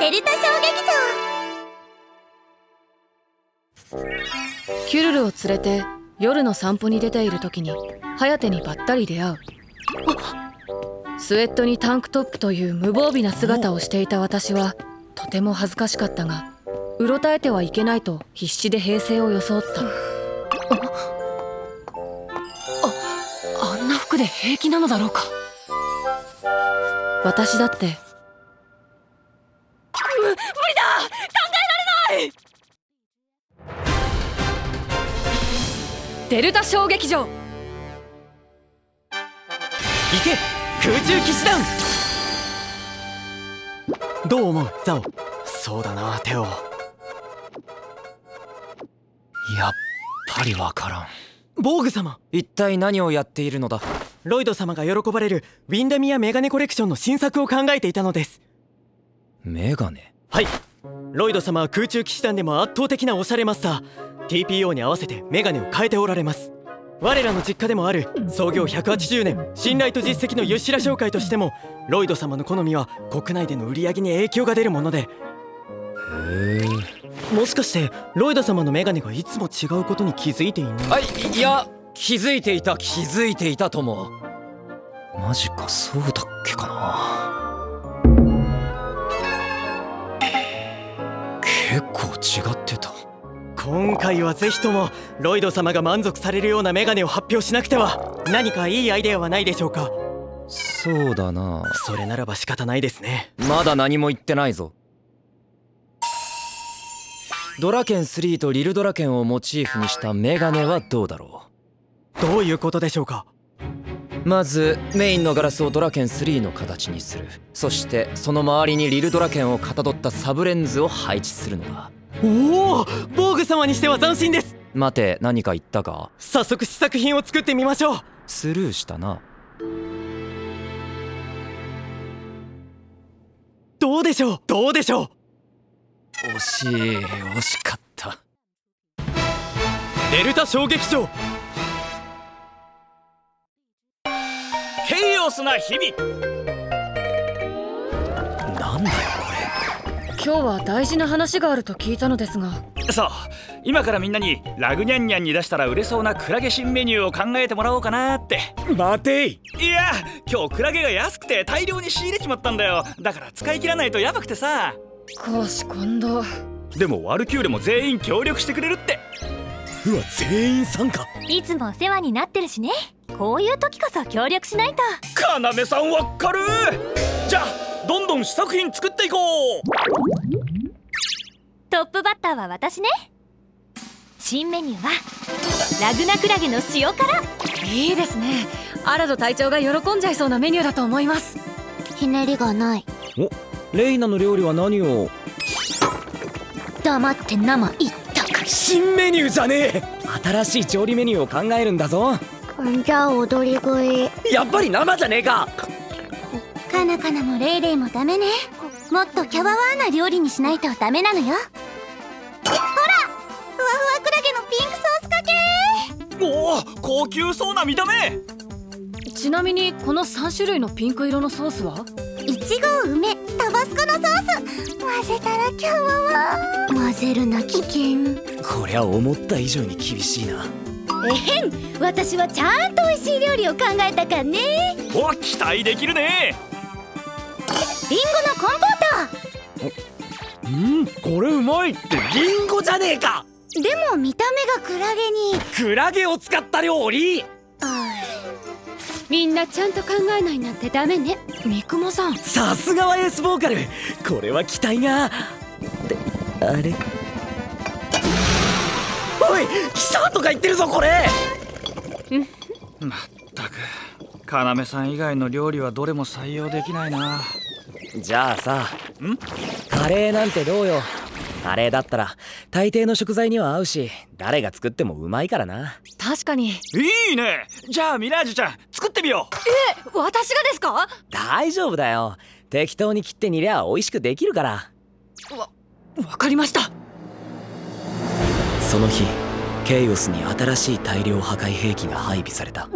デルタ小劇場キュルルを連れて夜の散歩に出ている時に颯にばったり出会うスウェットにタンクトップという無防備な姿をしていた私はとても恥ずかしかったがうろたえてはいけないと必死で平静を装ったあんな服で平気なのだろうか私だってデルタ小劇場行け空中騎士団どう思うザオそうだなテオやっぱりわからん防具様一体何をやっているのだロイド様が喜ばれるウィンダミアメガネコレクションの新作を考えていたのですメガネはいロイド様は空中騎士団でも圧倒的なおしゃれマスター TPO に合わせてメガネを変えておられます我らの実家でもある創業180年信頼と実績の吉ら商会としてもロイド様の好みは国内での売り上げに影響が出るものでへえもしかしてロイド様のメガネがいつも違うことに気づいていないあいいや気づいていた気づいていたともマジかそうだっけかな結構違ってた今回はぜひともロイド様が満足されるようなメガネを発表しなくては何かいいアイデアはないでしょうかそうだなそれならば仕方ないですねまだ何も言ってないぞドラケン3とリルドラケンをモチーフにしたメガネはどうだろうどういうことでしょうかまずメインのガラスをドラケン3の形にするそしてその周りにリルドラケンをかたどったサブレンズを配置するのだおお防具様にしては斬新です待て何か言ったか早速試作品を作ってみましょうスルーしたなどうでしょうどうでしょう惜しい惜しかったデルタ小劇場ケイオスな日々なんだよ今日は大事な話があると聞いたのですがそう今からみんなにラグニャンニャンに出したら売れそうなクラゲ新メニューを考えてもらおうかなって待ていいや今日クラゲが安くて大量に仕入れちまったんだよだから使い切らないとヤバくてさ講師今度でもワルキューレも全員協力してくれるってうわ全員参加いつもお世話になってるしねこういう時こそ協力しないとカナメさんわっかるじゃあどんどん試作品作っていこうトップバッターは私ね新メニューはラグナクラゲの塩辛いいですねアラド隊長が喜んじゃいそうなメニューだと思いますひねりがないレイナの料理は何を黙って生一新メニューじゃねえ新しい調理メニューを考えるんだぞ択じゃあ踊り食いやっぱり生じゃねえかカナカナもレイレイもダメねもっとキャワワーな料理にしないとダメなのよほらふわふわクラゲのピンクソースかけおお高級そうな見た目ちなみにこの3種類のピンク色のソースはいちご梅タバスコのソース混ぜたらキャワワー混ぜるな危険こりゃ思った以上に厳しいな私はちゃんと美味しい料理を考えたからねお期待できるねリンゴのコンポーうんこれうまいってリンゴじゃねえかトでも見た目がクラゲにクラゲを使った料理みんなちゃんと考えないなんてダメね三雲さんさすがはエースボーカルこれは期待がってあれおい記者とか言ってるぞこれまったくカナメさん以外の料理はどれも採用できないなじゃあさんカレーなんてどうよカレーだったら大抵の食材には合うし誰が作ってもうまいからな確かにいいねじゃあミラージュちゃん作ってみよう私がですか大丈夫だよ適当に切って煮りゃ美味しくできるからわかりましたその日ケイオスに新しい大量破壊兵器が配備された